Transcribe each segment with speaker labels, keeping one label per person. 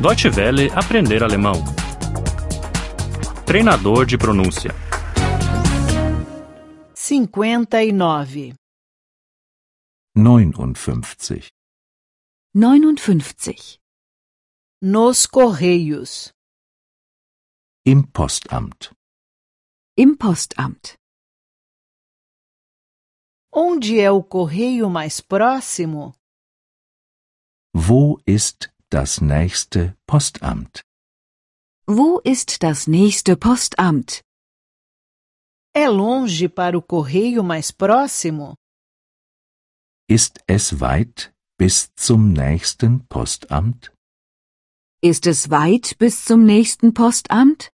Speaker 1: Deutsche Welle aprender alemão. Treinador de pronúncia.
Speaker 2: 59.
Speaker 3: 59.
Speaker 4: 59.
Speaker 2: Nos Correios.
Speaker 3: Im Postamt.
Speaker 4: Im Postamt.
Speaker 2: Onde é o correio mais próximo?
Speaker 3: Wo ist das nächste Postamt?
Speaker 4: Wo ist das nächste Postamt?
Speaker 2: É longe para o correio mais próximo?
Speaker 3: Ist es weit bis zum nächsten Postamt?
Speaker 4: Ist es weit bis zum nächsten Postamt?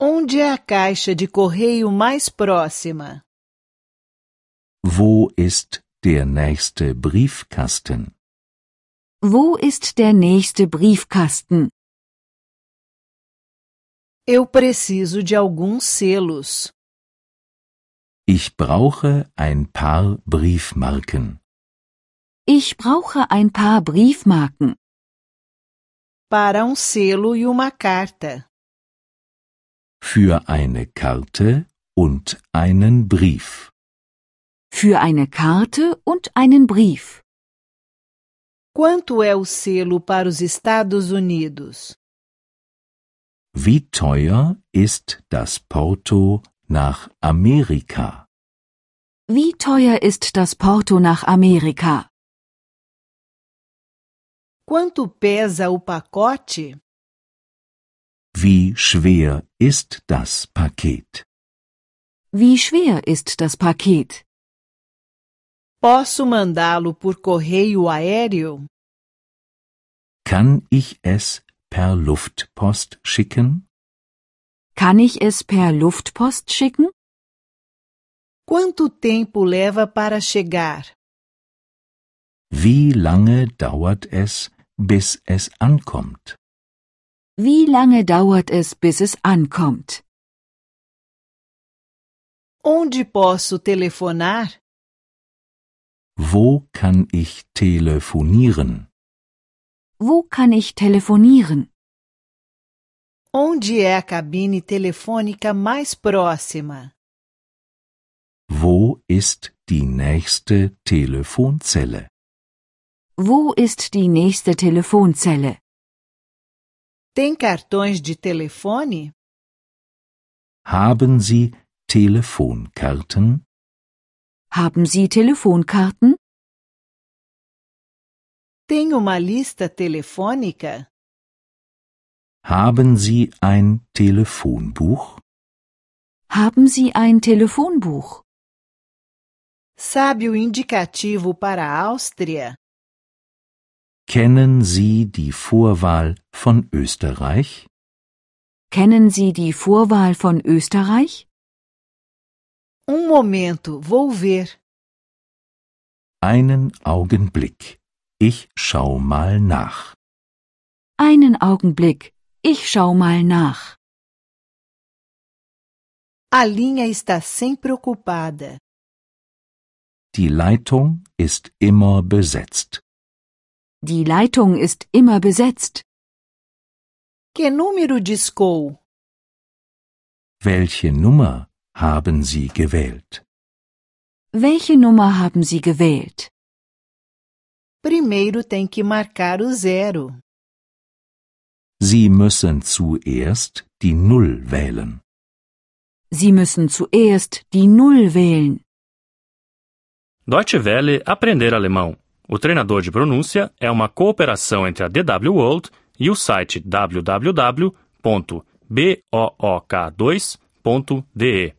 Speaker 2: Onde é a caixa de correio mais próxima?
Speaker 3: Wo ist der nächste Briefkasten?
Speaker 4: Wo ist der nächste Briefkasten?
Speaker 2: Eu preciso de alguns selos.
Speaker 3: Ich brauche ein paar Briefmarken.
Speaker 4: Ich brauche ein paar Briefmarken
Speaker 2: Para um selo e uma carta.
Speaker 3: Für eine Karte und einen Brief.
Speaker 4: für eine Karte und einen Brief.
Speaker 2: Quanto é o selo para os Estados Unidos?
Speaker 3: Wie teuer ist das Porto nach Amerika?
Speaker 4: Wie teuer ist das Porto nach Amerika?
Speaker 2: Quanto pesa o pacote?
Speaker 3: Wie schwer ist das Paket?
Speaker 4: Wie schwer ist das Paket?
Speaker 2: Posso mandá-lo por correio aéreo?
Speaker 3: Kann ich es per Luftpost schicken?
Speaker 4: Kann ich es per Luftpost schicken?
Speaker 2: Quanto tempo leva para chegar?
Speaker 3: Wie lange dauert es, bis es ankommt?
Speaker 4: Wie lange dauert es, bis es ankommt?
Speaker 2: Onde posso telefonar?
Speaker 3: Wo kann ich telefonieren?
Speaker 4: Wo kann ich telefonieren?
Speaker 2: Onde é a cabine telefônica mais próxima?
Speaker 3: Wo ist die nächste Telefonzelle?
Speaker 4: Wo ist die nächste Telefonzelle?
Speaker 2: Tem cartões de telefone?
Speaker 3: Haben Sie Telefonkarten?
Speaker 4: Haben Sie Telefonkarten?
Speaker 2: Tem uma lista telefônica?
Speaker 3: Haben Sie ein Telefonbuch?
Speaker 4: Haben Sie ein Telefonbuch?
Speaker 2: Sabe o indicativo para a Áustria?
Speaker 3: Kennen Sie die Vorwahl von Österreich?
Speaker 4: Kennen Sie die Vorwahl von Österreich?
Speaker 2: Um momento, vou ver.
Speaker 3: Einen Augenblick. Ich schau mal nach.
Speaker 4: Einen Augenblick, ich schau mal nach.
Speaker 2: A linha está sempre ocupada.
Speaker 3: Die Leitung ist immer besetzt.
Speaker 4: Die Leitung ist immer besetzt.
Speaker 2: Que número discou?
Speaker 3: Welche Nummer haben Sie gewählt?
Speaker 4: Welche Nummer haben Sie gewählt?
Speaker 2: Primeiro tem que marcar o zero.
Speaker 3: Sie müssen zuerst die Null wählen.
Speaker 4: Sie müssen zuerst die Null wählen.
Speaker 1: Deutsche Welle aprender alemão. O treinador de pronúncia é uma cooperação entre a DW World e o site www.book2.de.